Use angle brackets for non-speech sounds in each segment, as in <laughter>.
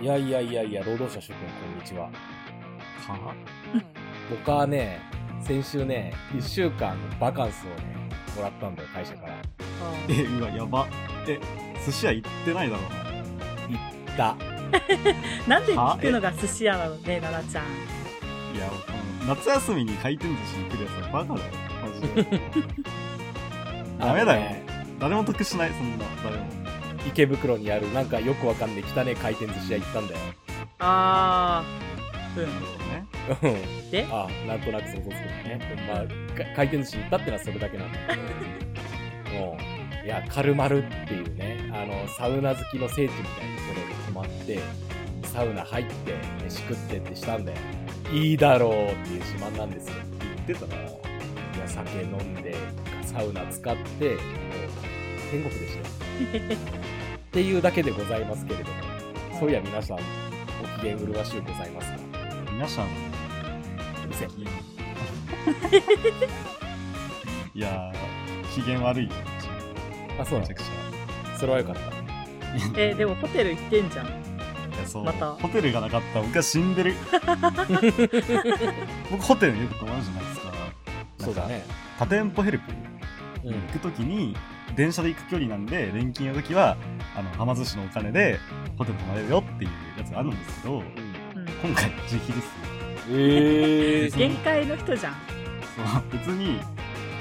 いやいやいやいや、労働者諸君、こんにちは。は僕はね、先週ね、1週間のバカンスをね、もらったんだよ、会社から。え、うわ、やば。え、寿司屋行ってないだろ。だ。なんで聞くのが寿司屋なのね、奈々ちゃん。いや、うん夏休みに回転寿司に来るやつはバカだよ。マジで。 <laughs> ダメだよあのね誰も得しない、そんな。誰も。池袋にある、なんかよくわかんない汚ねえ回転寿司屋行ったんだよ。あー。なうるん。ほどね。うん。であなんとなく想像するね。まあ、か回転寿司行ったってのはそれだけなんだけど。もう、いや、カルマルっていうね、あの、サウナ好きの聖地みたいなところに泊まって、サウナ入って、飯食ってってしたんだよ。いいだろうっていう自慢なんですよ。言ってたな。いや酒飲んでサウナ使ってもう天国でしたよっていうだけでございますけれどもそういや皆さんご機嫌麗しゅうございますか皆さん、うるせえ <laughs> 機嫌いやー、機嫌悪いよ。あそうめなんちゃくちゃ。それはよかったえでもホテル行ってんじゃん。いや、そう。またホテルがなかったら僕は死 <laughs> んでる。僕、ホテルによく泊まるじゃないですか。そうだね多店舗ヘルプうん行く時に電車で行く距離なんで錬金の時はあのはま寿司のお金でホテル泊まれるよっていうやつがあるんですけどうん。今回自費ですえー限界の人じゃん。そう別に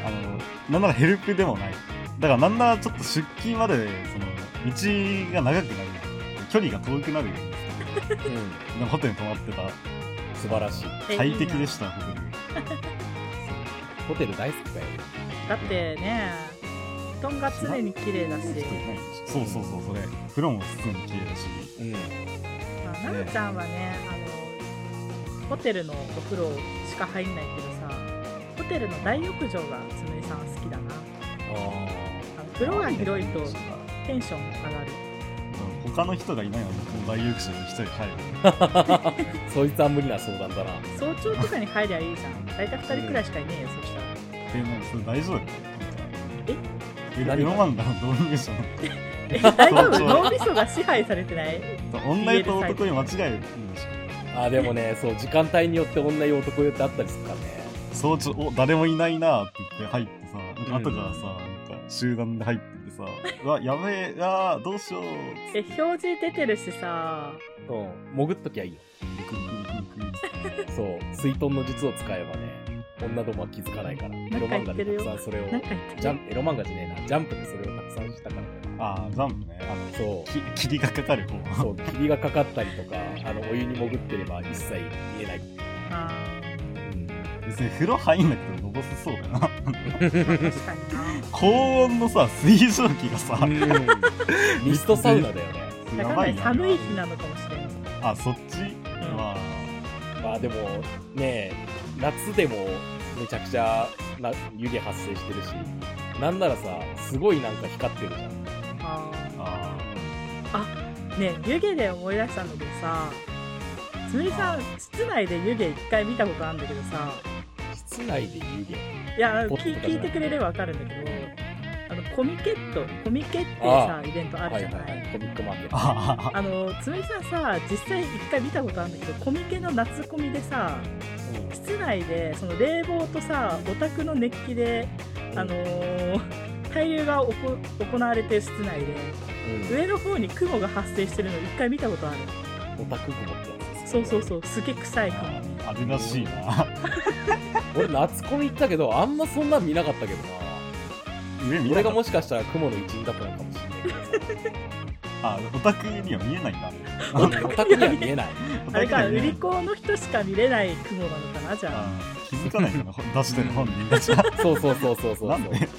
あのなんならヘルプでもないだからなんならちょっと出勤までその道が長くなる距離が遠くなるでもホテルに泊まってた素晴らしいえ快適でし。いたホテルホテル大好きだよいなだってね、布団が常に綺麗だし、そうそうそうそれ風呂も普通に綺麗だしうんまあ奈々ちゃんはね、あの、ホテルのお風呂しか入んないけどさ、ホテルの大浴場がつむりさんは好きだな。ああの風呂が広いとテンション上がる。他の人がいないのにこの大浴場に一人入るーそいつは無理な相談だな早朝とかに入りゃいいじゃん。大体2人くらいしかいねえよ、そしたら。え、なんかそれ大丈夫ええ何エロマンダの導入者の <laughs> え大丈夫そう脳みそが支配されてない女湯と男に間違えるんでしあーでもねそう時間帯によって女用男用ってあったりする <laughs> からねょ早朝お誰もいないなって言って入ってさなんかうん後からさ、なんか集団で入って <laughs> てさうわやべえあーどうしようえ表示出てるしさうん潜っときゃいいよグングングングンそう、水遁の術を使えばね、女どもは気づかないから、エロ漫画でたくさんそれを、なんか言ってジャるンエロ漫画じゃねえな、ジャンプでそれをたくさんしたからね。あージャンプねあのそき霧がかかるう、方 <laughs> そう、霧がかかったりとか、あの、お湯に潜ってれば一切見えない。あうん、別に風呂入んなくてものぼせそうだなー <laughs> 確かに高温のさ水蒸気がさ、うん <laughs> ミストサウナだよね。なわやかんばないない寒い日なのかもしれない、あそっち、うんまあまあでも、ねえ、夏でもめちゃくちゃな湯気発生してるし、なんならさ、すごいなんか光ってるじゃん。ああーねえ湯気で思い出したんだけどさつむりさん室内で湯気一回見たことあるんだけどさ室内で湯気。いやポッと聞かじゃなくて聞いてくれればわかるんだけどあのコミケットコミケっていうさイベントあるじゃない、コミックマーケッーあーあのつむりさんさ実際一回見たことあるんだけどコミケの夏コミでさト。室内でその冷房とさオタクの熱気で、うんあのー、対流がおこ行われてる室内でうん上の方に雲が発生してるの一回見たことあるオタク雲ってやつですそうそうそうすげえ臭い雲あれらしいな。 <laughs> 俺夏コミ行ったけどあんまそんなん見なかったけどな上見な俺かがっもしかしたら雲の一員だったのかもしれ <laughs> ないけどたあ、オタクには見えないん <laughs> だ。さ <laughs> うんオタクには見えないオあタクれにはか見売えないり子の人しか見れない雲なのかなじゃああ気づかないから、ほん出してる本人たちは。そうそうそうそうそうなんでそう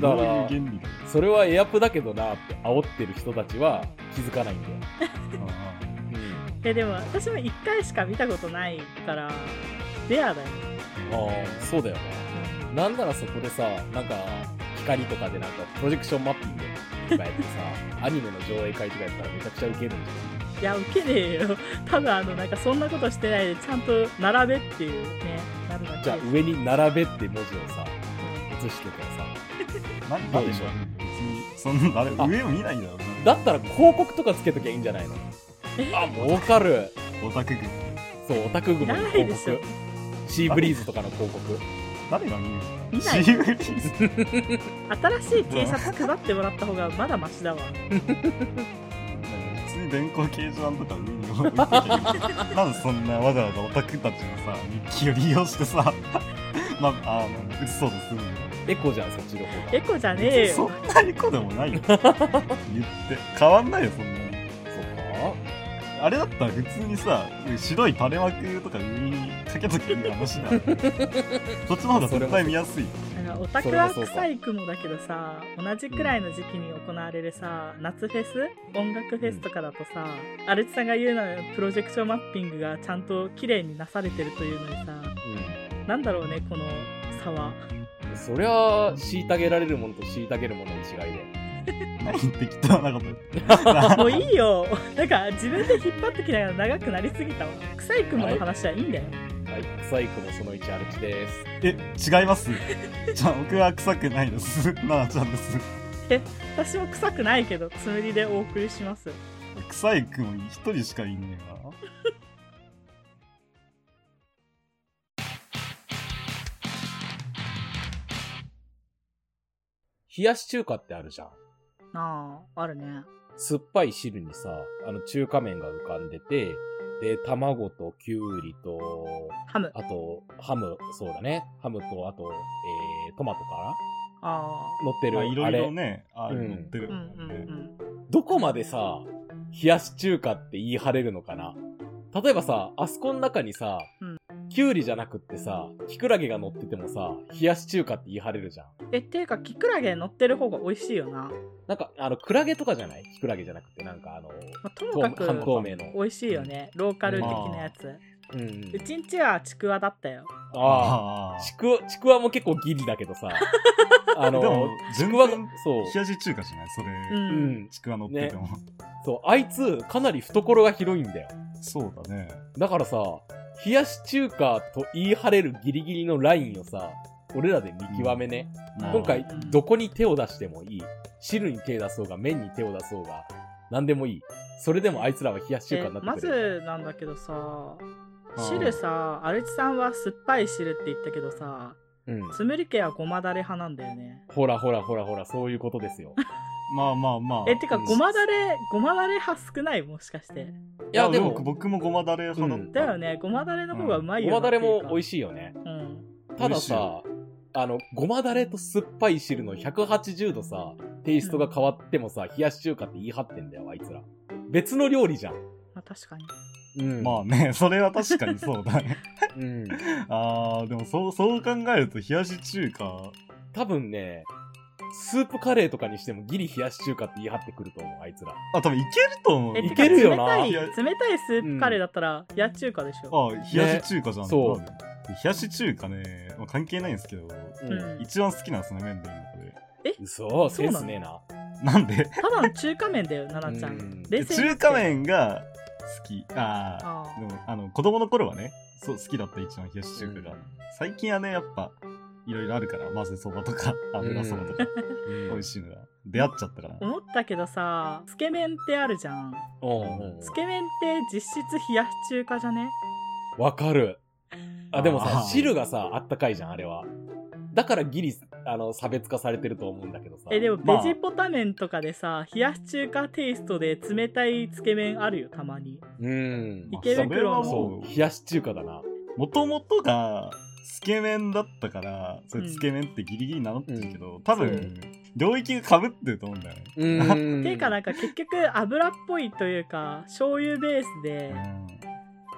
どだうかいうら原理だよそれはエアプだけどなって煽ってる人たちは気づかないんだよ、あえでも私も一回しか見たことないからレアだよああそうだよねなんならそこでさなんか光とかでなんかプロジェクションマッピングとかやってさアニメの上映会とかやったらめちゃくちゃウケるんじいやウケねえよ <laughs> 多分あのなんかそんなことしてないでちゃんと並べっていうねなるだゃんけじゃあ上に「並べ」って文字をさ映してたらさーなんどうでしょう別に、そんな、あれ、上を見ないだろうな。だったら広告とかつけときゃいいんじゃないのあ、儲かる。オタク軍。そう、オタクグマのいらないで広しょ告。シーブリーズとかの広告。誰が見る見のなシいーブリーズ。 <laughs> 新しい T シャツ配ってもらった方がまだマシだわ普通に電光掲示板とか上に置いてたけど <laughs> なんでそんなわざわざオタクたちのさ、日記を利用してさ、 <laughs> まあ、あの、うつそうでするのよ。エコじゃん、そっちの方が。エコじゃねえそよんなに子でもない <laughs> よ。言って。変わんないよ、そんなに。そっあれだったら普通にさ、白い垂れ幕とか上にかけときゃいい話 <laughs> なのに。そっちの方が絶対見やすいよ。あのオタクは臭い雲だけどさ同じくらいの時期に行われるさ夏フェス音楽フェスとかだとさ、アルチさんが言うのはプロジェクションマッピングがちゃんと綺麗になされてるというのにさかうなんだろうねこの差はん。そりゃあ、虐げられるものと虐げるものの違いで。何適当なこと言って。 <laughs> もういいよなんか自分で引っ張ってきながら長くなりすぎたわ臭い雲の話はいいんだよ、はい、臭い雲その1歩きです。え、違います。じゃあ僕は臭くないです。 <laughs> なあちゃんです。私も臭くないけどつむりでお送りします臭い雲に一人しかいねえわ。冷やし中華ってあるじゃん。あああるね酸っぱい汁にさ、あの中華麺が浮かんでて、で、卵ときゅうりと、ハムああと、ハム、そうだね。ハムと、あと、えー、トマトかあな乗ってる。まあいろあいれろね、あうん乗ってるうもんんうんうね。んどこまでさ、冷やし中華って言い張れるのかな例えばさ、あそこの中にさうん、きゅうりじゃなくってさ、きくらげが乗っててもさ、冷やし中華って言い張れるじゃん。えっていうかキクラゲ乗ってる方が美味しいよな、まなんか、あの、クラゲとかじゃないきくらげじゃなくて、なんかあの、あともか透半く透明の。美味しいよねローカル的なやつ、うんう。うんちんちはちくわだったよあああ。あちくわ、ちくわも結構ギリだけど <laughs> さ。あでもの、ち全くわが然、そう。冷やし中華じゃないそれ、う、うんん。ちくわ乗ってても。そう、あいつ、かなり懐が広いんだよ。そうだね。だからさ、冷やし中華と言い張れるギリギリのラインをさ、俺らで見極めね。まあ今回、どこに手を出してもいい。汁に手出そうが、麺に手を出そうが、何でもいい。それでもあいつらは冷やし中華えになまってくれる。ずなんだけどさあー汁さアルチさんは酸っぱい汁って言ったけどさうん。つむり家はごまだれ派なんだよねほらほらほらほら、そういうことですよ。まあまあまあ。えてかごまだれごまだれ派少ないもしかしていや、あでも、僕もごまだれ派だった。だよねごまだれの方がうまいごよまだれも美味しいしいよね。うか、うん、たださ、あの、ごまだれと酸っぱい汁の180度さ、テイストが変わってもさ、冷やし中華って言い張ってんだよ、あいつら。別の料理じゃん。まあ、確かにうんまあね、それは確かにそうだ <laughs> ね。うん。あー、でもそう、そう考えると、冷やし中華、多分ね、スープカレーとかにしてもギリ冷やし中華って言い張ってくると思う、あいつら。あ、多分いけると思う。えいけるよなてか冷たい冷たいスープカレーだったら冷や中華でしょ、あ、冷やし中華じゃん。ねそうなんで冷やし中華ね、まあ、関係ないんですけど、うん一番好きなんですね、麺類の中で。嘘、そうセなンのスねえな。なんで、ただの中華麺だよ奈々ちうゃんん冷静に言中って華麺が好き。ああー。でも、あの、子供の頃はね、そう、好きだった一番冷やし中華が。最近はね、やっぱ、いろいろあるから、混ぜそばとか、油そばとか、うん美味しいのが。出会っちゃったから。思ったけどさつけ麺ってあるじゃんうんうんつけ麺って実質冷やし中華じゃねわかる。あ、でもあさー、汁がさ、あったかいじゃん、あれは。だからギリ、あの、差別化されてると思うんだけどさ。えでもまベあジポタ麺とかでさ冷やし中華テイストで冷たいつけ麺あるよたまにうんい。池袋のそれはもそう、冷やし中華だな。う、もともとが、つけ麺だったから、それつけ麺ってギリギリ名乗ってるけど、多分、領域が被ってると思うんだよね。うていんうかなんか結局油っぽいというか醤油ベースで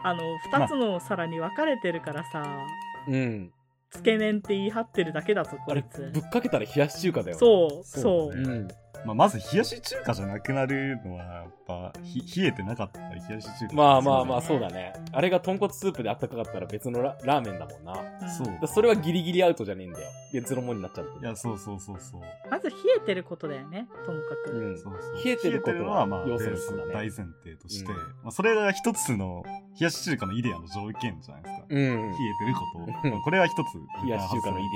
あの2つの皿に分かれてるからさうん。つけ麺って言い張ってるだけだぞあこれ、いぶつっかけたら冷やし中華だよ。そうそそううだうねん。まあ、まず冷やし中華じゃなくなるのは、やっぱ、ひ冷えてなかったら冷やし中華。まあまあまあ、そそううだだね。あれが豚骨スープであったかかったら別のララーメンだもんな。だかうんそう。らそれはギリギリアウトじゃねえんだよ。別のもんになっちゃっている。や、そうそうそうそう。まず冷えてることだよねともかく、うん。そうそう冷えてることはまあ、要要素素でですすからね大前提として、うんまあ、それが一つの冷やし中華のイデアの条件じゃないですか。う冷ん。えてること。うんこれは一つ。冷やし中華のイデ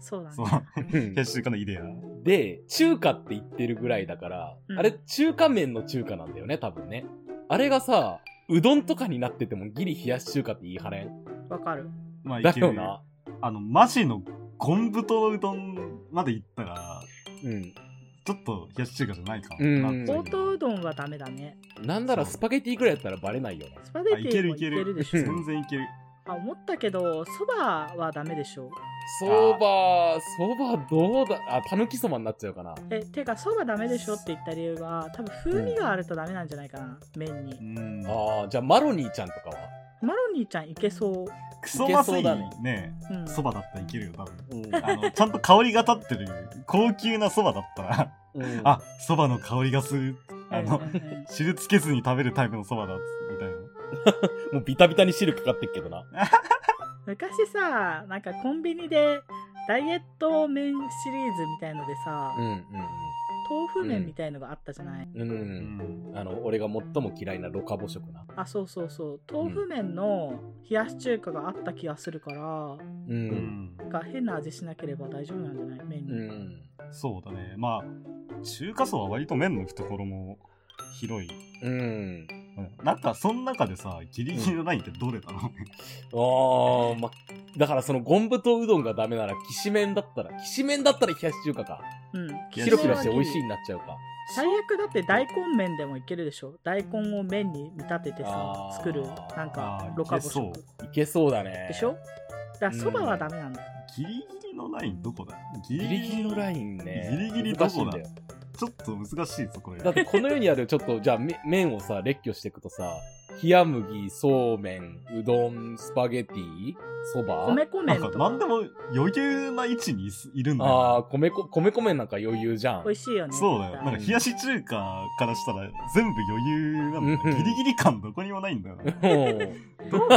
そうだねそう <laughs> 冷やし中華のイデア。ア。で、中華って言ってるぐらいだから、うんあれ、中華麺の中華なんだよね、多分ね。あれがさ、うどんとかになっててもギリ冷やし中華って言い張れん。わかる。まあ、いだけるよな。あの、マジの昆布とうどんまで行ったら、うん。ちょっと冷やし中華じゃないかうんなってい応答うどんはダメだね。なんならスパゲティぐらいやったらバレないよな。スパゲあテいけィるもいいけけるるでしょ。全然いける。あ、思ったけど、そばはダメでしょ。そば、そばどうだ、あ、たぬきそばになっちゃうかな。え、てか、そばダメでしょって言った理由は、多分風味があるとダメなんじゃないかな、麺うに。ん。ああ、じゃあマロニーちゃんとかは。マロニーちゃんいけそう。クソまずいけそうだいねね、うん。そばだったらいけるよ、多分。うんあの、ちゃんと香りが立ってる、高級なそばだったら、うんあ、そばの香りがする。あのうん、うんうん汁つけずに食べるタイプのそばだ、みたいな。もうビタビタに汁かかってっけどな。昔さ、なんかコンビニで、ダイエット麺シリーズみたいのでさ、ん豆腐麺みたいのがあったじゃない、うんうん。う。うんん。あの、俺が最も嫌いなロカボ食な。あ、そうそうそう。豆腐麺の冷やし中華があった気がするから、うう。ん。なんか変な味しなければ大丈夫なんじゃない麺に。うん。そうだね。まあ、中華そばは割と麺の懐も広い。うん。うんなんか、その中でさ、ギリギリのラインってどれだあろうね。あ、ま、だからその、ゴンブとうどんがダメなら、きしめんだったら、きしめんだったら冷やし中華か。うん。キラキラして美味しいい。になっちゃうか。最悪だって大根麺でもいけるでしょ。大根を麺に見立ててあさ、ー作る、なんあかー、ロカボい食けそいけそうだね。でしょだからそばはダメなんだよ。ギリギリのラインどこだギギリギリのラン。インね。ギリギリど難こだしいんだよ。ちょっと難しいぞ、これ。だってこの世にあるちょっと、じゃあ、め麺をさ、列挙していくとさ、冷麦、そうめん、うどん、スパゲティ、そば。米粉な麺んとか、かなんでも余裕な位置にいすいるんだよ。ああ、米粉、米粉麺なんか余裕じゃん。美味しいよね。そうだよ。絶な対んか冷やし中華からしたら全部余裕なんだうんよ。ギリギリ感どこにもないんだよな。うんどうど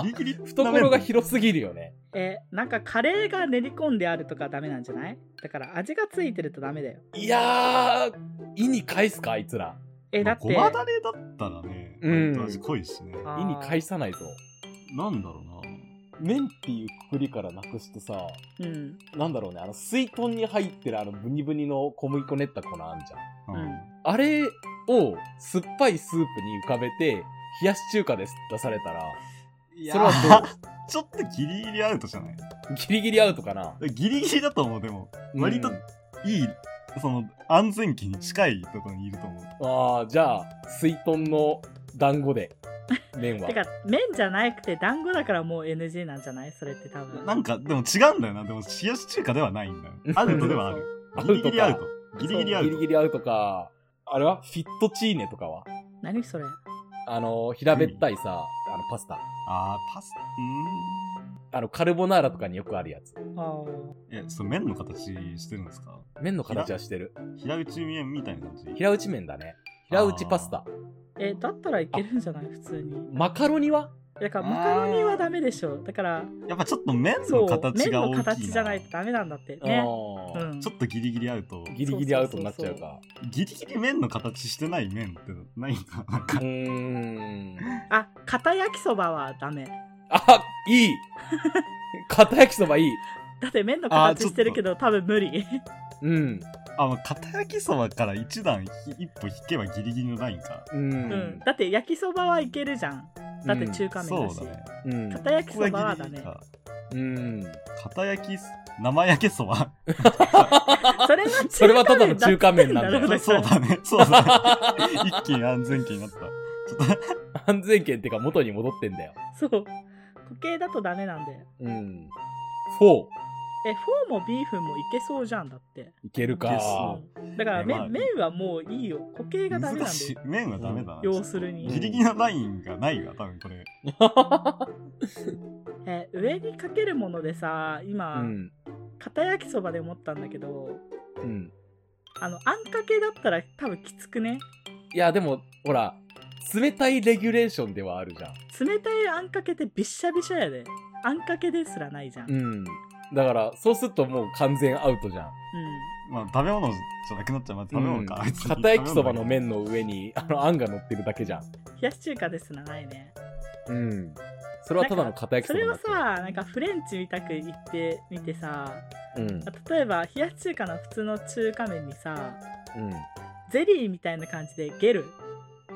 うギリギリ懐が広広すぎるよね。え、なんかカレーが練り込んであるとかダメなんじゃないだから味がついてるとダメだよ。いやー、意に返すか、あいつら。え、だっごて、まだれだったらね、うん割と味濃いしね。あー意に返さないぞ。なんだろうな。麺っていうくくりからなくしてさ、うん。なんだろうね、あの、水筒に入ってるあの、ブニブニの小麦粉練った粉あんじゃん。うんうんあれを酸っぱいスープに浮かべて、冷やし中華ですって出されたら、いそれはちょっとギリギリアウトじゃないどうギリギリアウトか <laughs> なギリギリだと思う、でも。割とうんいい、その、安全期に近いところにいると思う。ああ、じゃあ、水豚の団子で、麺はて。か麺じゃなくて団子だからもう NG なんじゃないそれって多分なんか、でも違うんだよな。でも、冷やし中華ではないんだよ。アウトではあ <laughs> る。ギリギリアウト。ギリギリアウギトリ。ギリアウトか。あれはフィットチーネとかは何それあの、平べったいさ、あの、パスタ。あー、パスタ。うあの、カルボナーラとかによくあるやつ。あーーん。え、それ麺の形してるんですか麺の形はしてる。平打ち麺みたいな感じ平打ち麺だね。平打ちパスタ。えだったらいけるんじゃない普通にマカロニはだからマカロニはダメでしょだからやっぱちょっと麺そのう形麺が大きのいな形じゃないとダメなんだってねあうーんちょっとギリギリアウトギリギリアウトになっちゃうか。ギリギリ麺の形してない麺ってないかなんかうーん。あ片焼きそばはダメあ、いい片焼きそばいい。だって麺のあーち形ょっとしてるけど多分無理うん。あもう片焼きそばから一段ひ一歩引けばギリギリのラインかうんう。んだって焼きそばはいけるじゃんだって中華そ麺うだしだねうん。片焼きそここばがはギリダギリメかうん。片焼き生焼けそばそれはそれはただの中華麺なんだよ中華麺そうだろだね <laughs> そうだね一気に安全期になったちょっと安全圏ってか元に戻ってんだよ。そう固形だとダメなんでうん。4。えフォーもビーフンもいけそうじゃんだっていけるいけかそ。うんだから、ねまあ麺麺はもういいよ固形がダメなん難だしいよ麺はダメだな、要するに、ギリギリのラインがないわ多分これえ上にかけるものでさう今、ん。片焼きそばで思ったんだけどうん。あのあんかけだったら多分きつくねいや、でも、ほら、冷たいレギュレーションではあるじゃん。冷たいあんかけってびっしゃびしゃやであんかけですらないじゃん、うんうん。だから、そうするともう完全アウトじゃん。まあ食べ物じゃなくなっちゃう、まあ、食べ物か、うん <laughs> あいつ片焼きそばの麺の上に、あの、あんが乗ってるだけじゃん。冷やし中華ですらないねうん。それはただの片焼きそそばれになをっちゃさなんかフレンチみたく言ってみてさう。うん。例えば冷やし中華の普通の中華麺にさうん。ゼリーみたいな感じでゲル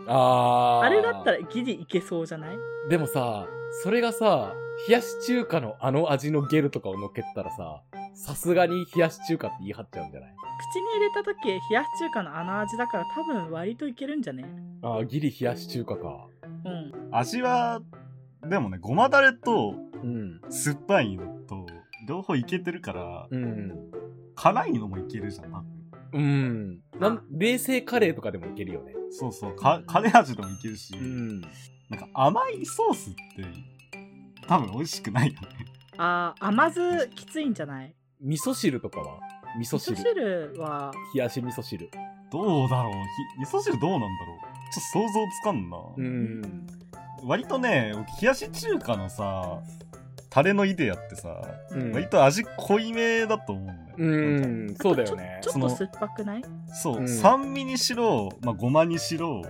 あーあれだったらギリいけそうじゃないでもさ、それがさ、冷やし中華のあの味のゲルとかを乗っけてたらさ、さすがに冷やし中華って言い張っちゃうんじゃない口に入れた時冷やし中華のあの味だから多分割といけるんじゃねああ、ギリ冷やし中華か。うん味は、でもね、ごまだれとうん。酸っぱいのと、両方いけてるから、うん。辛いのもいけるじゃん、多分うん。なん、冷製カレーとかでもいけるよね。そうそう、かカレー味でもいけるし、ん。なんか甘いソースって、多分美味しくないよね。あー甘酢きついんじゃない味噌汁とかは味噌汁。味噌汁は冷やし味噌汁。どうだろうひ味噌汁どうなんだろうちょっと想像つかんな。うん。割とね、冷やし中華のさ、タレのイデアってさ、うん割と味濃いめだと思うんだよ。うなんかん、そうだよねち。ょちょっと酸っぱくないそう、うん酸味にしろ、まあ、ごまにしろ、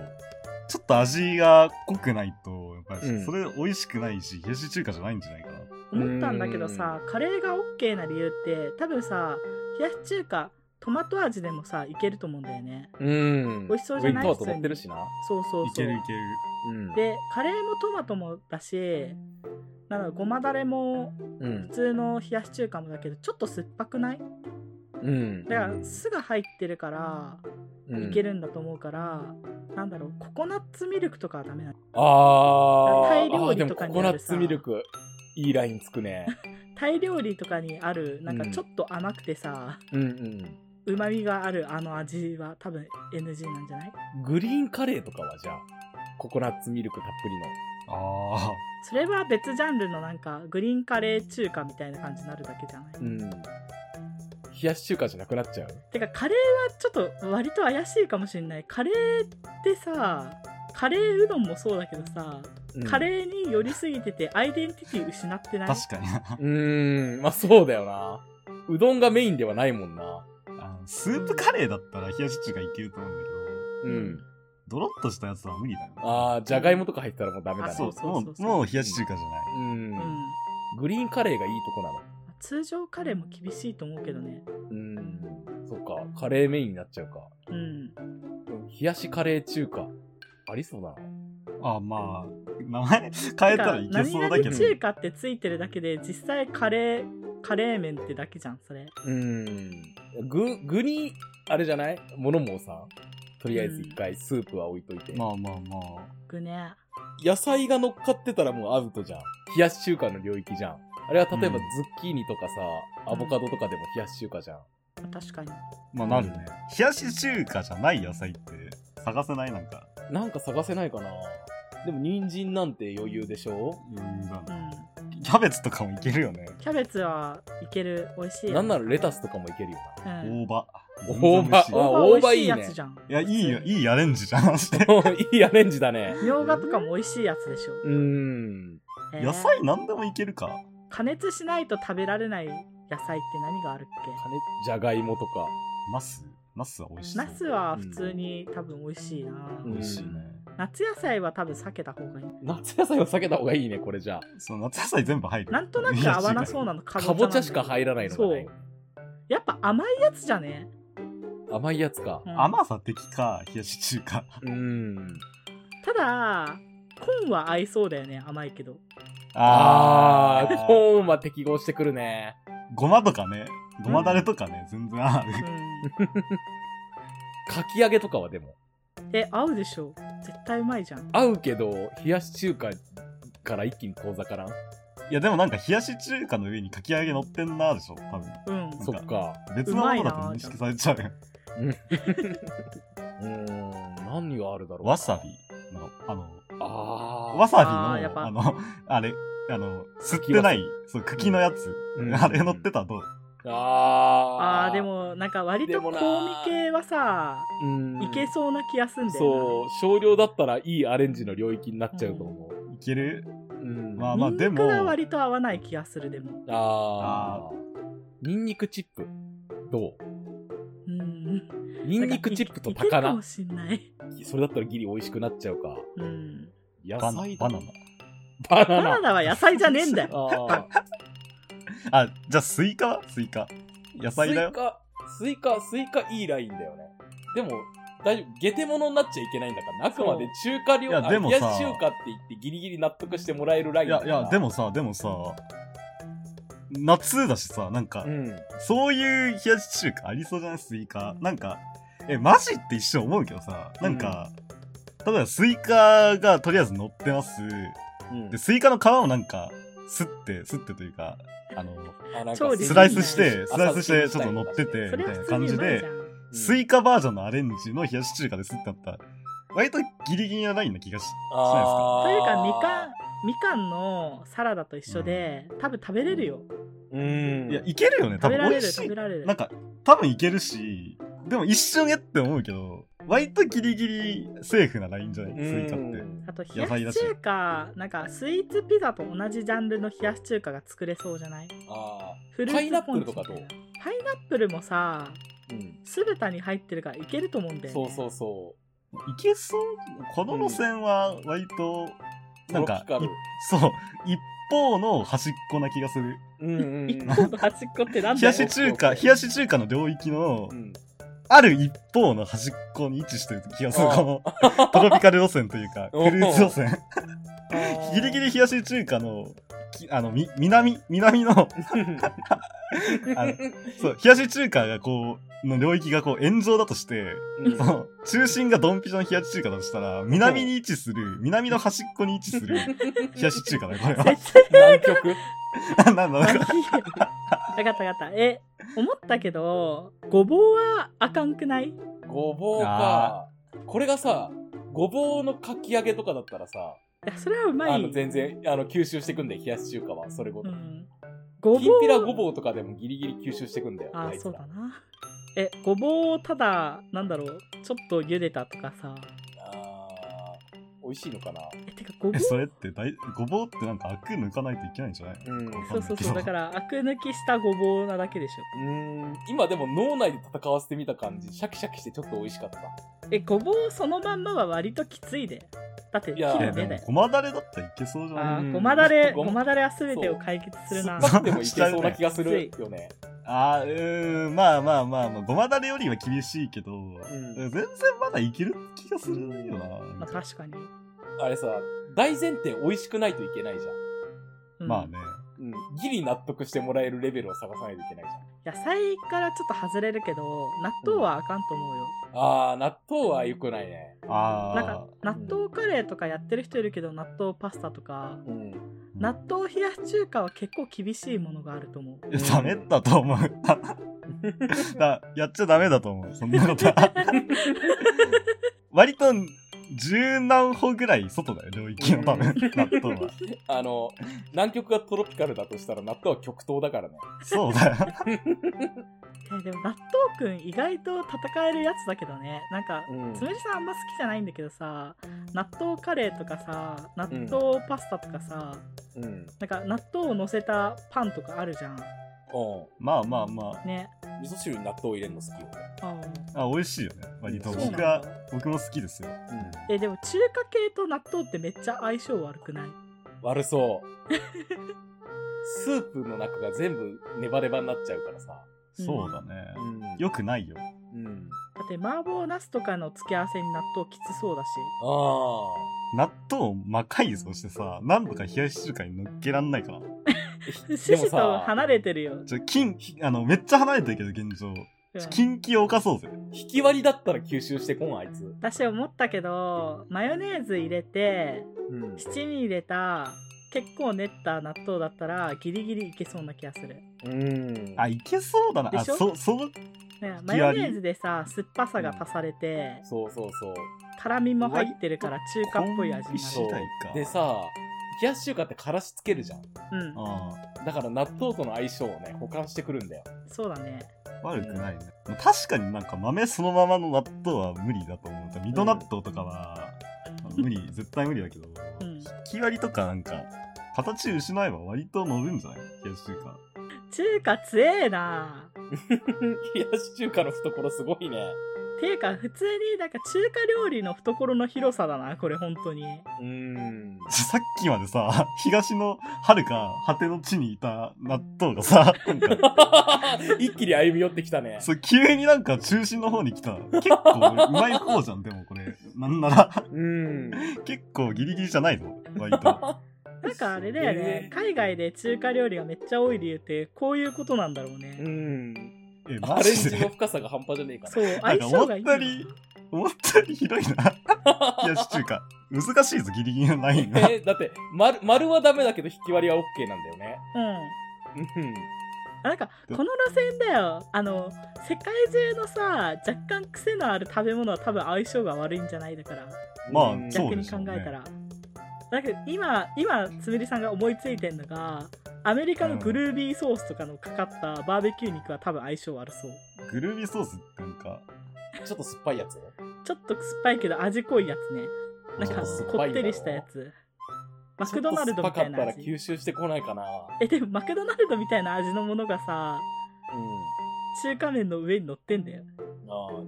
ちょっと味が濃くないと、やっぱうりんそれ美味しくないし、冷やし中華じゃないんじゃないかな。思ったんだけどさカレーが OK な理由って多分さ冷やし中華トマト味でもさいけると思うんだよねうん。美味しそうじゃないウェイトは乗ってるしな。そうそういそけうるいける。うん。でカレーもトマトもだしなんだろうごまだれもうん普。通の冷やし中華もだけどちょっと酸っぱくないうん。だから酢が入ってるからうんいけるんだと思うから、なんだろうココナッツミルクとかはダメなのあー。タイ料理あーでもとかにココあナるッさツミルク、いいラインつくね。タイ料理とかにあるなんかうんちょっと甘くてさうんうま、みがあるあの味は多分 NG なんじゃないうん。グリーンカレーとかはじゃあ、ココナッツミルクたっぷりの。あそれは別ジャンルのなんかグリーンカレー中華みたいな感じになるだけじゃない、うん。冷やし中華じゃなくなっちゃうてかカレーはちょっと割と怪しいかもしれないカレーってさカレーうどんもそうだけどさ、うんカレーに寄りすぎててアイデンティティ失ってなあ、い確かにな。うーん、まあそうだよな。うどんがメインではないもんな。あのスープカレーだったら冷やし中華いけると思うんだけど、うん。ドロッとしたやつは無理だよね。ああ、じゃがいもとか入ったらもうダメだあな。そうそうそうそうそうもう、もう冷やし中華じゃない。うんう。んグリーンカレーがいいとこなの。通常カレーも厳しいと思うけどねうん。そっか、カレーメインになっちゃうか。うんでも冷やしカレー中華。ありそうだな。あ、まあ、名前変えたらいけそうだけ何々ど。中華ってついてるだけで実際カレーカレー麺ってだけじゃんそれうん。具、具に、あれじゃないものもさ、とりあえず一回スープは置いといて。まあまあまあ。具ね野菜が乗っかってたらもうアウトじゃん。冷やし中華の領域じゃん。あれは例えばうんズッキーニとかさ、アボカドとかでも冷やし中華じゃん。確かにまあなるね。冷やし中華じゃない野菜って探せないなんか。なんか探せないかなでも人参なんて余裕でしょうんだうなんキャベツとかもいけるよね。キャベツはいける美味しいよなんならレタスとかもいけるよな。うん大葉。大葉全然美味しいあ大大葉美味しい葉いいやねつじゃんいや、いいよ、いいアレンジじゃん。マジで <laughs> いいアレンジだね。みょうがとかも美味しいやつでしょ、うーん。えー野菜なんでもいけるか。加熱しないと食べられない野菜って何があるっけ金、じゃがいもとか。ナスナスは美味しい。ナスは普通に多分美味しいな、う美ん味しいね。夏野菜は多分避けた方がいい夏野菜を避けた方がいいね、これじゃその夏野菜全部入る。なんとなく合わ <laughs> なそうなのかあ。かぼちゃしなんだけどか入らないのがねそ。うやっぱ甘いやつじゃね、甘いやつかう。ん甘さ的か、冷やし中華。うーん。ただコーンは合いそうだよね甘い <laughs> けどあー、ー。コーンは適合してくるね。ごまとかね。ごまだれとかね、全然ある。かき揚げとかはでも。うんえ合うでしょ絶対うまいじゃん合うけど、冷やし中華から一気に遠ざからん。いやでもなんか冷やし中華の上にかき揚げ乗ってんなでしょ多分うんそっか。別のものだと認識されちゃうようーん、何があるだろう。わさびなんかあのあー。わさびあーやっのぱあの <laughs> あれあの吸ってないそう茎のやつ、うんあれ乗ってたらどうあーあーで、もなんか割でと香もな味系はさうんいけそうな気がすんだよそう、少量だったらいいアレンジの領域になっちゃうと思う。いけるうん。まなあまあニでンニクがも割と合わない気がするでもあー。ニンニクチップ。どうんうニンニクチップといいける高か菜も。しんない、それだったらギリ美味しくなっちゃうか。うん、野バナ菜バナ。ナババナナナ。ナは野菜じゃねえんだ <laughs> よあーナあじゃあスイカはスイカ野菜だよスイカ、スイカ、スイカいいラインだよね。でも、大丈夫。下手者になっちゃいけないんだから、あくまで中華料いやで理、も冷さやし中華って言ってギリギリ納得してもらえるライいンだやかいら。やでもさでもさ夏だしさなんか、うん。そういう冷やし中華ありそうじゃないスイカなんかえマジって一瞬思うけどさなんか、例えばスイカがとりあえず乗ってますうんでスイカの皮をなんかすってすってというかあのあなんか調理スライスしうてスライスしてちょっと乗ってうんてそみれたはない普通感にじうまいでじゃん。スイカバージョンのアレンジの冷やし中華ですってなったら割とギリギリなラインな気がしあーというかみかんみかんのサラダと一緒で、多分食べれるようん。いやいけるよね多食べら分美れ味るし食いべられるなんか、多分いけるし、でも一瞬やって思うけど、割とギリギリセーフなラインじゃないスイカって。あと野冷菜やだしし中華なんかスイーツピザと同じジャンルの冷やし中華が作れそうじゃないあフルパイナーッツプポンルチとみたかいどなうパイナップルもさーうん。酢豚に入ってるからいけると思うんだよ、そね、うそうそいけそうこの路線は割と、う。なんかトロピそう、一方の端っこな気がする。カル。うんうん一個の端っこってなん冷だやよし中華、そう冷そうやし中華の領域のう、ん。ある一方の端っこに位置してる気がする。あーこの、 <laughs> トロピカル路線というか、<laughs> フおールーツ路線。あーギリギリ冷やし中華の、きあの、み、南、<laughs> 南の、あのそう、冷やし中華がこう、の領域がこう、炎上だとして、うんその中心がドンピシャの冷やし中華だとしたら、南に位置する、南の端っこに位置す <laughs> る冷やし中華だよ、これは。絶対南極なんだ、なわかんっか、たわかったえ思ったけどごぼうはあかんくないごぼうか。これがさ、ごぼうのかき揚げとかだったらさ、いやそれはうまいあの全然あの吸収してくんだよ、冷やし中華は、それごうと。ん、ごぼうきんぴらごぼうとかでもギリギリ吸収してくんだよ。あいつそらうだなえごぼうをただなんだろうちょっと茹でたとかさあー美味しいのかな。えてかごえ、ぼうそそれって大、ごぼうってなんかアク抜かないといけないんじゃないうん。うそうそうだからアク抜きしたごぼうなだけでしょうん今でも脳内で戦わせてみた感じ、シャキシャキしてちょっと美味しかった。えごぼうそのまんまは割ときついでだってい切やえ、るで目もで、ごまだれだったらいけそうじゃあないうんーごまだれごまごまだれは全てを解決するな酸っぱくてもいけ <laughs> そうな気がするよね。あー、うーん、まあまあまあまあ、ごまだれよりは厳しいけど、全然まだいける気がするよなまあ、。確かに、あれさ、大前提美味しくないといけないじゃん。うんまあね。うん。ギリ納得してもらえるレベルを探さないといけないじ野菜からちょっと外れるけど納豆はあかんと思うよ、ゃん。あー、納豆は良くないね。あなんかあ。納豆カレーとかやってる人いるけど納豆パスタとか <laughs> うん。納豆冷やし中華は結構厳しいものがあると思いうやダメだと思う。だやっちゃダメだと思う。そんなことは。割と十何歩ぐらい外だよ、領域の多分、納豆は。あの、南極がトロピカルだとしたら納豆は極東だからね。そうだよ。えーでも納豆くん意外と戦えるやつだけどねなんか、うんつむりさんあんま好きじゃないんだけどさ納豆カレーとかさ納豆パスタとかさ、うん。なんか納豆を乗せたパンとかあるじゃんおまあまあまあ。ねうん。味噌汁に納豆を入れるの好きよ。ああ美味しいよね。割そとうなん僕だは、僕も好きですよ。うえーでも中華系と納豆ってめっちゃ相性悪くないん。悪そう。スープの中が全部ネバネバになっちゃうからさ。うんそうだね。んよくないよ。うん。だって麻婆茄子とかの付け合わせに納豆きつそうだしああ。納豆を魔改造してさ、なんとか冷やし中華に乗っけらんないかな。獅子と離れてるよ、ちょ、金、あの、めっちゃ離れてるけど、現状。うん近畿を犯そうぜ。引き割りだったら吸収してこん、あいつ。私思ったけどマヨネーズ入れてうん七味入れた結構練った納豆だったらギリギリいけそうな気がする、ね、うん。あ、いけそうだな。であ、しょそ、その、マヨネーズでさ酸っぱさが足されてそうそうそう。辛みも入ってるから中華っぽい味に一緒そう次な第るかでさ、冷やし中華ってからしつけるじゃん。うんうん。だから納豆との相性をね、補完してくるんだ <laughs> よ。そうだね悪くないね。確かになんか豆そのままの納豆は無理だと思う。ミド納豆とかは、無理、絶対無理だけど、うん引き割りとかなんか、形失えば割と伸ぶんじゃない冷やし中華。中華強えな冷やし中華の懐すごいね。ていうか普通になんか中華料理の懐の広さだなこれ本当にうん。さっきまでさ、 <laughs> 東の遥か果ての地にいた納豆がさ、なんか、 <laughs> 一気に歩み寄ってきたね。そう急になんか中心の方に来た。結構うまい方じゃん、でもこれ。なんなら、うん。結構ギリギリじゃないぞ、割と。なんかあれだよえね海外で中華料理がめっちゃ多い理由ってこういうことなんだろうねうん。え、アマレンジジので。深さが半端じゃねえかそうなん相か性思がいっいたより、思ったよりひどいな。ら。冷やし中華。難しいぞ、ギリギリのラインが。 <laughs> えだって丸、丸はダメだけど、引き割りは OK なんだよね。うんうん。なんかこの路線だよあの世界中のさ若干癖のある食べ物は多分相性が悪いんじゃないだからまあうんそう逆でにしょ考うねえたら、だけど今今つむりさんが思いついてんのがアメリカのグルービーソースとかのかかったバーベキュー肉は多分相性悪そうグルービーソースってなんか、ちょっと酸っぱいやつちょっと酸っぱいけど味濃いやつねなんちょかっと酸っぱいこよってりしたやつマクドナルドちょみたっとい酸っぱなかったら味吸収してこないかな。えでもマクドナルドみたいな味のものがさう中華麺の上に乗ってんだよん。あ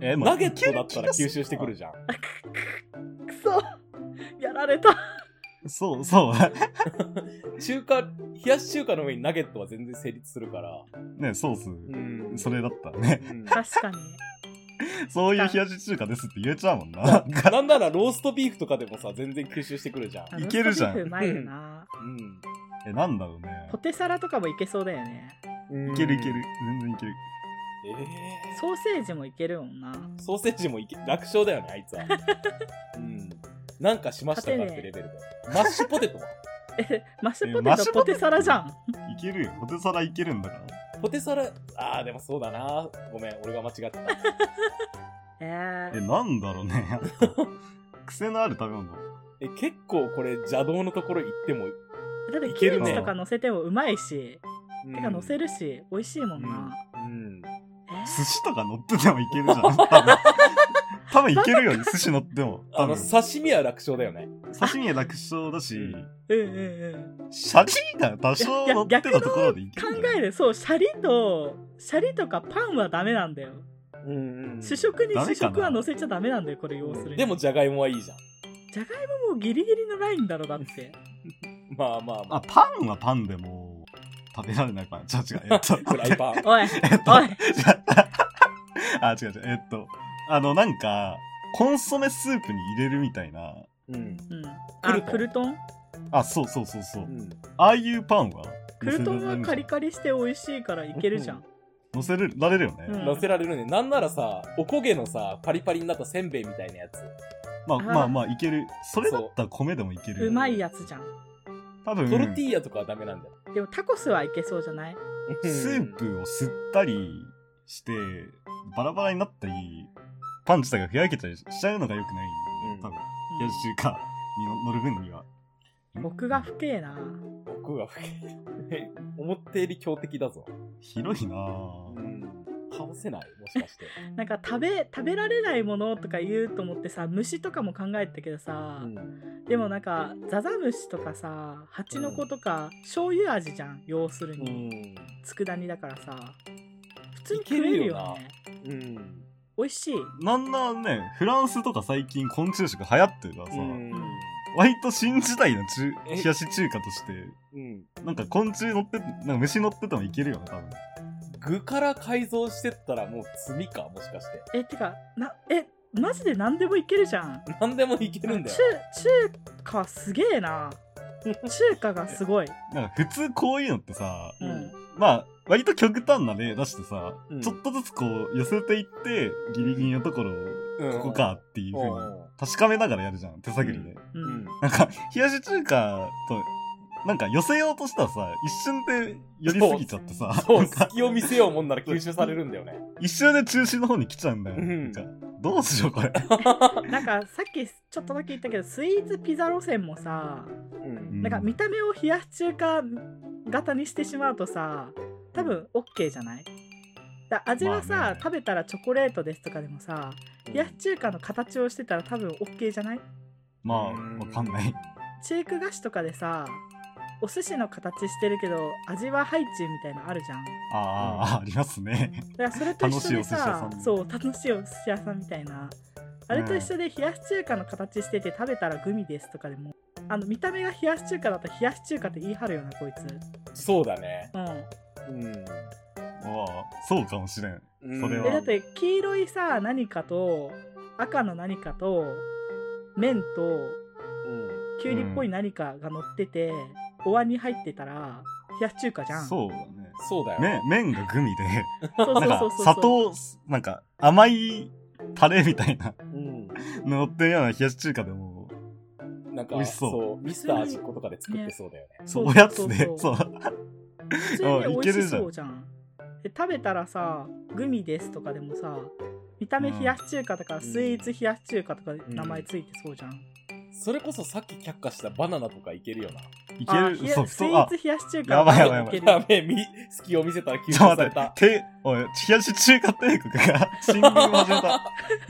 えあ。ナゲットだったら吸収してくるじゃん。くそやられたゃん。そうそう。 <laughs> 中華、冷やし中華の上にナゲットは全然成立するから。ね、ソーうス。ん。それだったらね。 <laughs> うん確かにそういう冷やし中華ですって言えちゃうもんな。なんならローストビーフとかでもさ、全然吸収してくるじゃん。あいけるじゃんローストビーフうまいよなうん。え、なんだろうねポ。テサラとかもいけそうだよねうんいけるいける。。全然いける。ええソーセージもいけるもんなソーセージもいけ楽勝だよね、あい <laughs> つは。うん。なんかしましたかってレベルで。マッシュポテトは <laughs> えマッシュポえマッテシトュポポテトテサラじゃんいけるよ。ポテサラいけるんだから。ポテサラ、ああ、でもそうだな。ごめん、俺が間違ってた。 <laughs> ええ、ー、なんだろう <laughs> ね。癖のある食べ物。え、結構これ邪道のところ行っても。だっていキけムるねチとか乗せてもうまいし、うんてか乗せるし美味しいもんな、うん。えー寿司とか乗っててもいけるじゃん。多分。 <laughs> 多分いけるよ。寿司乗っても。あ多の、分。刺身は楽勝だよね。刺身は楽勝だし、うんうんうんシャリが多少乗ってたところでいけ考るんだよえるそうシャリとシャリとかパンはダメなんだようん、主食にダ主メかな食は乗せちゃダメなんだよこれ要するにでも、じゃがいもはいいじゃん。じゃがいももギリギリのラインだろだってまあまあまあ、パンはパンでも食べられないパン。違う <laughs> 違う。えっ <laughs> と、あ。フライパン。おいえっと、おいあ、違う違う。えっと、あの、なんか、コンソメスープに入れるみたいな。うん。うん、クあルトンクルトンあ、そうそうそうそうう。ん。ああいうパンはクルトンはカリカリして美味しいからいけるじゃん乗せるられるよね。うん乗せられるね。なんならさ、おこげのさ、パリパリになったせんべいみたいなやつ。まああーまあまあ、いける。それだったら米でもいける。うまいやつじゃん多分、トルティーヤとかはダメなんだよ。でもタコスはいけそうじゃないスープを吸ったりして、バラバラになったり、パン自体がふやけたりしちゃうのが良くない。うん多分、冷やし中華に乗る分には。僕が不敬な僕は不敬 <laughs> 思ったより強敵だぞ。広いなうぁ。ん。倒せないもしかして。なんか食べ食べられないものとか言うと思ってさ虫とかも考えてたけどさ、うん。でもなんかザザムシとかさハチノコとか醤油味じゃん要するうに、ん。佃煮だからさ普通にいけ食るえよなるよねうん。美味しいなんならね、フランスとか最近昆虫食流行ってるからさ、うん割と新時代の中え冷やし中華として、うん。なんか昆虫乗って、なんか虫乗っててもいけるよね、多分。具から改造してったらもう罪か、もしかして。えてかなえマジで何でもいけるじゃん何でもいけるんだ中よ。中華すげ <laughs> えな中華がすごい、なんか普通こういうのってさ、うん、まあ、割と極端な例出してさ、うんちょっとずつこう寄せていって、ギリギリのところを、うんここか。っていうう風んに確かめながらやるじゃん、手探りで。ううんん。なんか、冷やし中華と、なんか寄せようとしたらさ、一瞬で寄りすぎちゃってさ、そう、なんか隙を見せようもんなら吸収されるんだよね。一瞬で中心の方に来ちゃうんだよ。うんなんかどうしよう <laughs> これ。なんかさっきちょっとだけ言ったけどスイーツピザ路線もさうん。なんか見た目を冷やし中華型にしてしまうとさ多分 OK じゃないだ味はさ、まあね食べたらチョコレートですとかでもさ冷やし中華の形をしてたら多分 OK じゃないまあ、わかんない。チーク菓子とかでさお寿司の形してるけど味はハイチュウみたいなのあるじゃんあー、ありますね。だからそれと一緒で楽さしいお寿司屋さんそう楽しいお寿司屋さんみたいなあれと一緒で冷やし中華の形してて食べたらグミですとかでもあの見た目が冷やし中華だったら冷やし中華って言い張るよなこいつそうだね。うんうん。 <laughs> ああ、そうかもしれん。うんそれはえだって黄色いさ何かと赤の何かと麺とうんきゅうりっぽい何かが乗ってて、お椀に入ってたら冷やし中華じゃんそうだね。そうだよ。め麺がグミで、そう <laughs> なんそかうそうそう砂糖、なんか甘いタレみたいなうん。の乗ってるような冷やし中華でも、なんか、美味しそうそう。ミスター味っ子とかで作ってそうだよね。そうそうおやつで、そうそ。そう普通にあい美ける味しじゃんそうじゃんで食べたらさグミですとかでもさ見た目冷やし中華だから、んスイーツ冷やし中華とか名前ついてそうじゃん、それこそさっき却下したバナナとかいけるよな。いけある、冷やソフスイト、あー、ツ冷やし中華やばいやばいやばいけるやべえ、み、隙を見せたら急ちょ所さっと待れってた、。て、おい、冷やし中華帝国が進軍を始めた。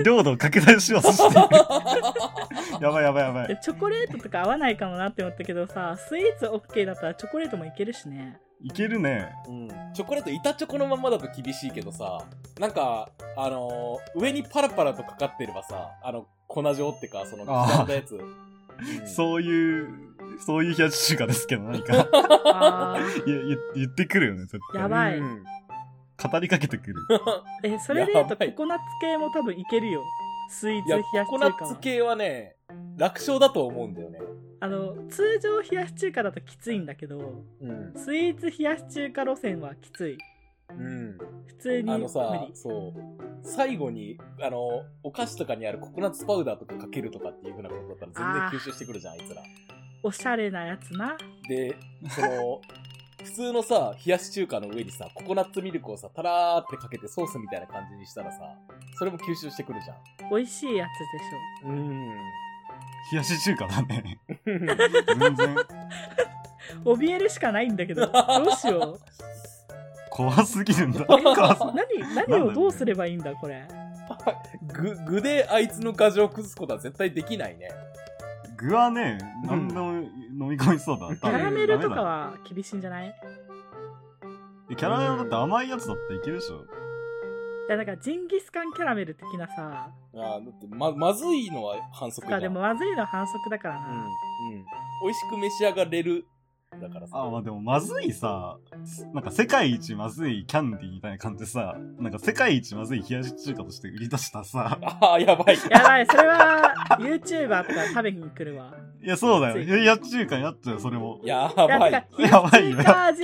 領土を拡大しようとしている。 <laughs> やばいやばいやばい。でチョコレートとか合わないかもなって思ったけどさスイーツ OK だったらチョコレートもいけるしねいけるね。うん、チョコレート板チョコのままだと厳しいけどさなんかあのー上にパラパラとかかってればさあの粉状ってかそのあー刻んだやつ、うそういう、そういう冷やし中華ですけど、何かいやあー言言ってくるよね、絶対。やばいん語りかけてくる。えそれで言うとやばいココナッツ系も多分いけるよスイーいツや冷やしココナ中ッ華ツは系はね楽勝だと思うんだよね、あの通常冷やし中華だときついんだけどうんスイーツ冷やし中華路線はきつい普通にあ無のさ理そう最後にあのお菓子とかにあるココナッツパウダーとかかけるとかっていうふうなことだったらあー全然吸収してくるじゃんあいつらおしゃれなやつなで、その、普通のさ、冷やし中華の上にさ、ココナッツミルクをさ、たらーってかけてソースみたいな感じにしたらさ、それも吸収してくるじゃ美味しいやつでしょん。うん。冷やし中華だね。全然、怯えるしかないんだけどどうしよう怖すぎるんだ。え怖す何何をどうすればいいんだこれ具、具であいつの牙城を崩すことは絶対できないね。具はね、何でも飲み込みそうだ。キ多分ャラメルダとかメだは厳しいんじゃないいえキャラメルだって甘いやつだっていけるでしょ。やだからジンギスカンキャラメル的なさああ、だって、ま、まずいのは反則じゃあん。でもまずいのは反則だからうん。な、うん。美味しく召し上がれる。だからさ。あ、まあでもまずいさ、なんか世界一まずいキャンディーみたいな感じでさ、なんか世界一まずい冷やし中華として売り出したさ、ああ、やばい。やばいそれは YouTuber とか食べに来るわいやそうだよ、冷やし中華になっちゃうよ、それも。やいばやだかい。らやばい冷よやし中華味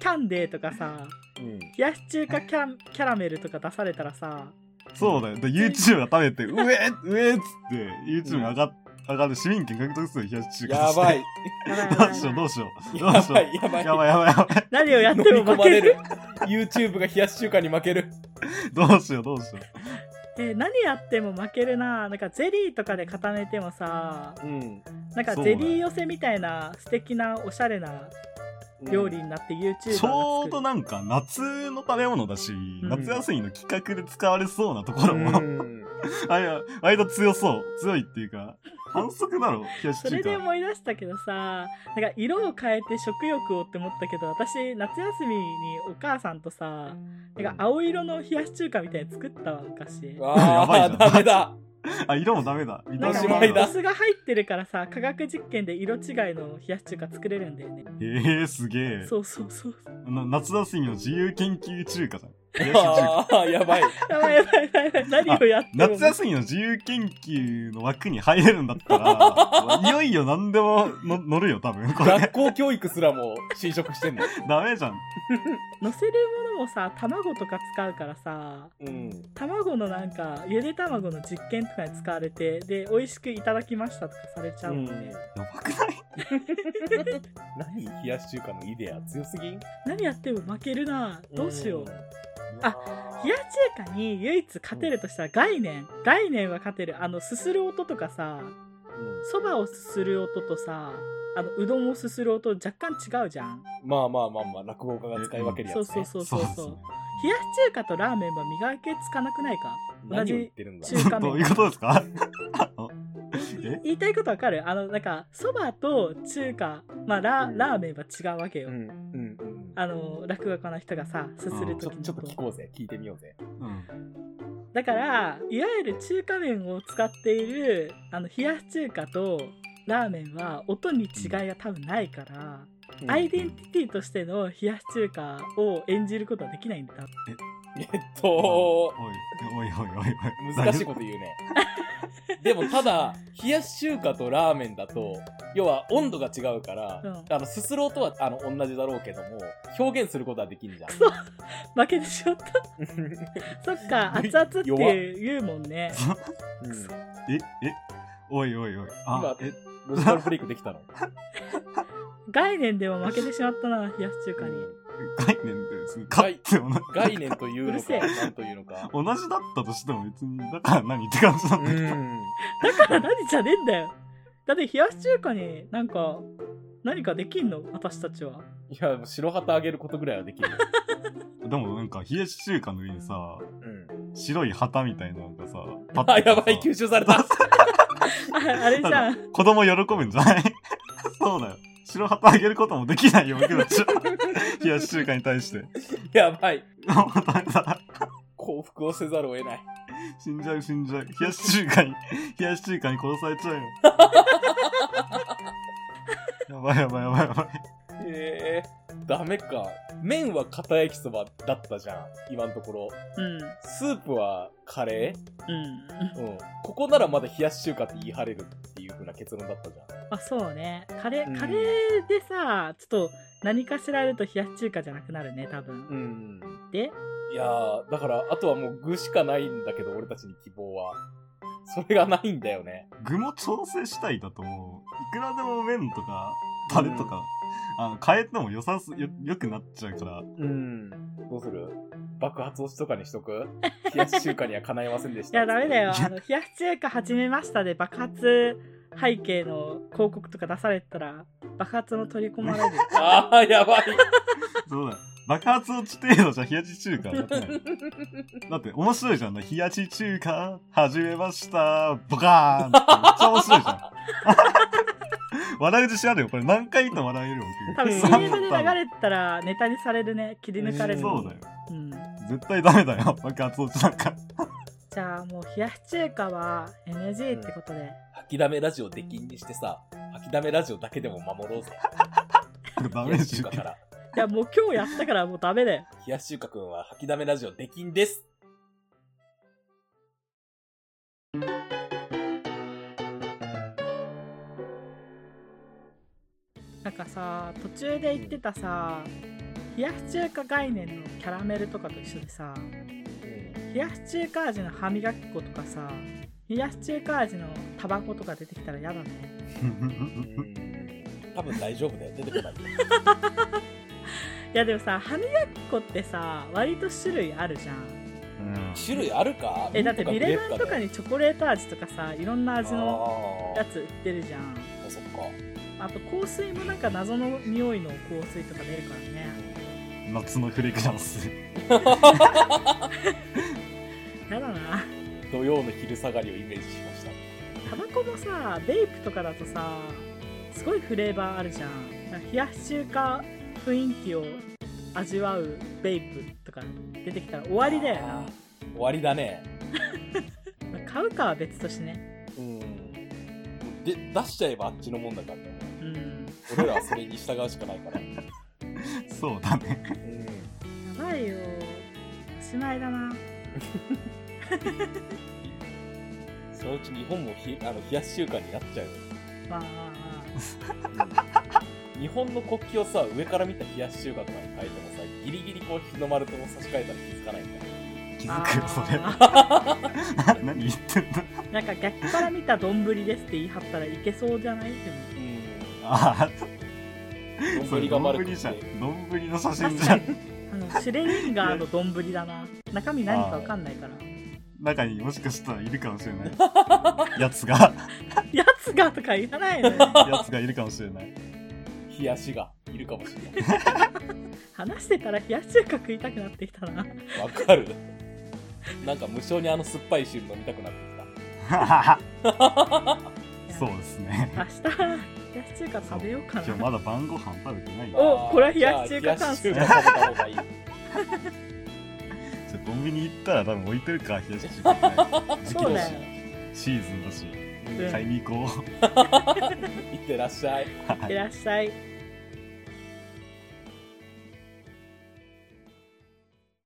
キャンデーとかさうん。冷やし中華キャンキャラメルとか出されたらさそうだよ。で、YouTube が食べて、うえうえっつって、YouTube が上がっ上がる市民権獲得するよ冷やし中華とやして。ばい。やば <laughs> どいやばいうしよう、どうしよう。どうやしよばう。い。やばい。やばいやばいやばい。何をやっ飲てみも込負まけれるる。YouTube が冷やし中華に負ける。どうしよう、どうしよう。えー何やっても負けるななんかゼリーとかで固めてもさうん。なんかそうゼねリー寄せみたいな素敵なおしゃれな料理になって YouTuber が作るちょうどなんか夏の食べ物だし、ん夏休みの企画で使われそうなところ <laughs> も、うん <laughs> あいや、割と強そう。強いっていうか、反則だろ、冷やしそれ中で華。思い出したけどさなんか色を変えて食欲をって思ったけど私夏休みにお母さんとさなんか青色の冷やし中華みたいに作ったわ昔。ああ、やばいじゃんダメだ。あ、色もダメだ。見なたん目かおしまもダメいね、だおだ。酢が入ってるからさ科学実験で色違いの冷やし中華作れるんだよねえー、すげえ。そうそうそうな夏休みの自由研究中華じゃん。冷やし中華。ああ、や <laughs> ばい。やばいやばいやばいやばい何をやっても <laughs> 夏休みの自由研究の枠に入れるんだったら、 <laughs> いよいよ何でもの乗るよ、多分。これ学、校教育すらも侵食してん <laughs> の。ダメじゃん。乗せるものもさ卵とか使うからさうん。卵のなんかゆで卵の実験とかに使われてで美味しくいただきましたとかされちゃうもんね、やばくない何冷やし中華のイデア強すぎん何やっても負けるなどうしよう、ああ冷やし中華に唯一勝てるとしたら概念概念は勝てるあのすする音とかさそばをすする音とさあのうどんをすする音若干違うじゃんまあまあまあまあ、落語家が使い分けるやつ、そね。うそうそうそうでそうすね冷やし中華とラーメンは磨けつかなくないか同何を言っじてるんだ中華麺どういうことですか <laughs> あのえ言いたいことわかるあのなんかそばと中華まあラ,、ラーメンは違うわけよ、うんうんうんあの落語家の人がさすするちょ時ちょっとに聞こうぜ聞いてみようぜうん。だからいわゆる中華麺を使っているあの冷やし中華とラーメンは音に違いが多分ないから、アイデンティティとしての冷やし中華を演じることはできないんだえっとおい、おいおいおいおい。難しいこと言うねでもただ冷やし中華とラーメンだと要は温度が違うから、うんあのすすろうとはあの同じだろうけども表現することはできんじゃんくそ負けてし <laughs> まったそっか熱々って弱っ言うもんねうんえ、え、おいおいおい。あ、今え、ロジカルブレイクできたの概念でも負けてしまったな冷やし中華に概念で、その、かってもな、概念といううるのせかえ何というのか同じだったとしても別に、だから何って感じなんうだけど。んだから <laughs> 何じゃねえんだよだって冷やし中華になんか何かできんの私たちはいや白旗あげることぐらいはできるよ、でもなんか、冷やし中華の上にさ、うん白い旗みたいなのがさ、パあ、てやばい、吸収された。ああれじゃん子供喜ぶんじゃない <laughs> そうだよ。白旗あげることもできないよ、僕たちは。 <laughs> 冷やし中華に対して。 <laughs> やばい。もうダメだ降伏をせざるを得ない。死んじゃう、死んじゃう。冷やし中華に、 <laughs> 冷やし中華に殺されちゃうよ。やばいやばいやばいやばい。えー、ダメか。麺は片焼きそばだったじゃん。今のところ。うんうんスープはカレーうん。ここならまだ冷やし中華って言い張れるっていう風な結論だったじゃん。あそうねカレうんーカレーでさちょっと何かしらやると冷やし中華じゃなくなるね多分うん。でいやー、だから、あとはもう具しかないんだけど、俺たちに希望は。それがないんだよね。具も調整したいだともう、いくらでも麺とか、タレとか、あの、変えても良さす、よ、良くなっちゃうから、うん。どうする爆発押しとかにしとく <laughs> 冷やし中華には叶いませんでしいた。やダメだよいやあの冷やし中華始めましたで爆発背景の広告とか出されたら爆発も取り込まれるあー、やばい。そうだよ。爆発落ち程度じゃ冷やし中華やってない。だって面白いじゃん。冷やし中華始めました。ボカーンってめっちゃ面白いじゃん。笑う自信あるよ。これ何回と笑えるよ。多分僕 CM で流れたらネタにされるね切り抜かれるそうだよ。うん絶対ダメだよ。爆発落ちなんか。じゃあもう冷やし中華は NG ってことで、吐きだめラジオ出禁にしてさ、吐きだめラジオだけでも守ろうぜ。ダ冷メーやしジ中華受けかる。ら。いやもう今日やったからもうダメだよ冷やし中華くんは吐きだめラジオ出禁です。なんかさ途中で言ってたさ冷やし中華概念のキャラメルとかと一緒でさ冷やし中華味の歯磨き粉とかさ冷やし中華味のタバコとか出てきたら嫌だね多分大丈夫だよ。出てこない。いやでもさ歯磨き粉ってさ割と種類あるじゃんうん種類あるかえだってビレバンとかににチョコレート味とかさいろんな味ののやつ売ってるじゃあ、んそっか。あと香水もなんか謎の匂いの香水とか出るからね夏のフレグランス。嫌だな土曜の昼下がりをイメージしました。タバコもさベイプとかだとさすごいフレーバーあるじゃんなんか冷やし中華雰囲気を味わうベイプとか出てきたら終わりだよなあー。終わりだね。まあ買うかは別としてねうん。で、出しちゃえばあっちのもんだからね。うん俺らはそれに従うしかない <laughs> から。そうだね。うん。やばいよおしまいだなそのうち日本もひあの冷やし中華になっちゃうよ。まあまあま日本の国旗をさ上から見た冷やし中華とかに変えてもさギリギリこう日の丸と差し替えたら気づかないんだよ気あづくよ、それ。あ何言ってんだ。ーなんか逆から見た丼ですって言い張ったらいけそうじゃないでもああ、うんそれ、丼が丸く丼てじゃん。丼の写真じゃん。あのシュレリンガーの丼だな中身何かわかんないから <laughs> 中にもしかしたらいるかもしれ <laughs> ない。やつが、やつがとか言わないのよやつがいるかもしれ <laughs> ない。冷やしがいるかもしれ話してたら冷やし中華食いたくなってきたなないわかるなんか無性にあの酸っぱい汁飲みたくなってきたそうですね。明日冷やし中華食べようか今日なまだ晩ご飯食べてないよおこれは冷やし中華感っすじねゃあ冷やし中華食べた方がいい。ちょコンビニ行ったら多分置いてるから冷やし中華ぐらい時期そうだだしよシーズンだしうん買いに行こういってらっしゃい。いってらっしゃい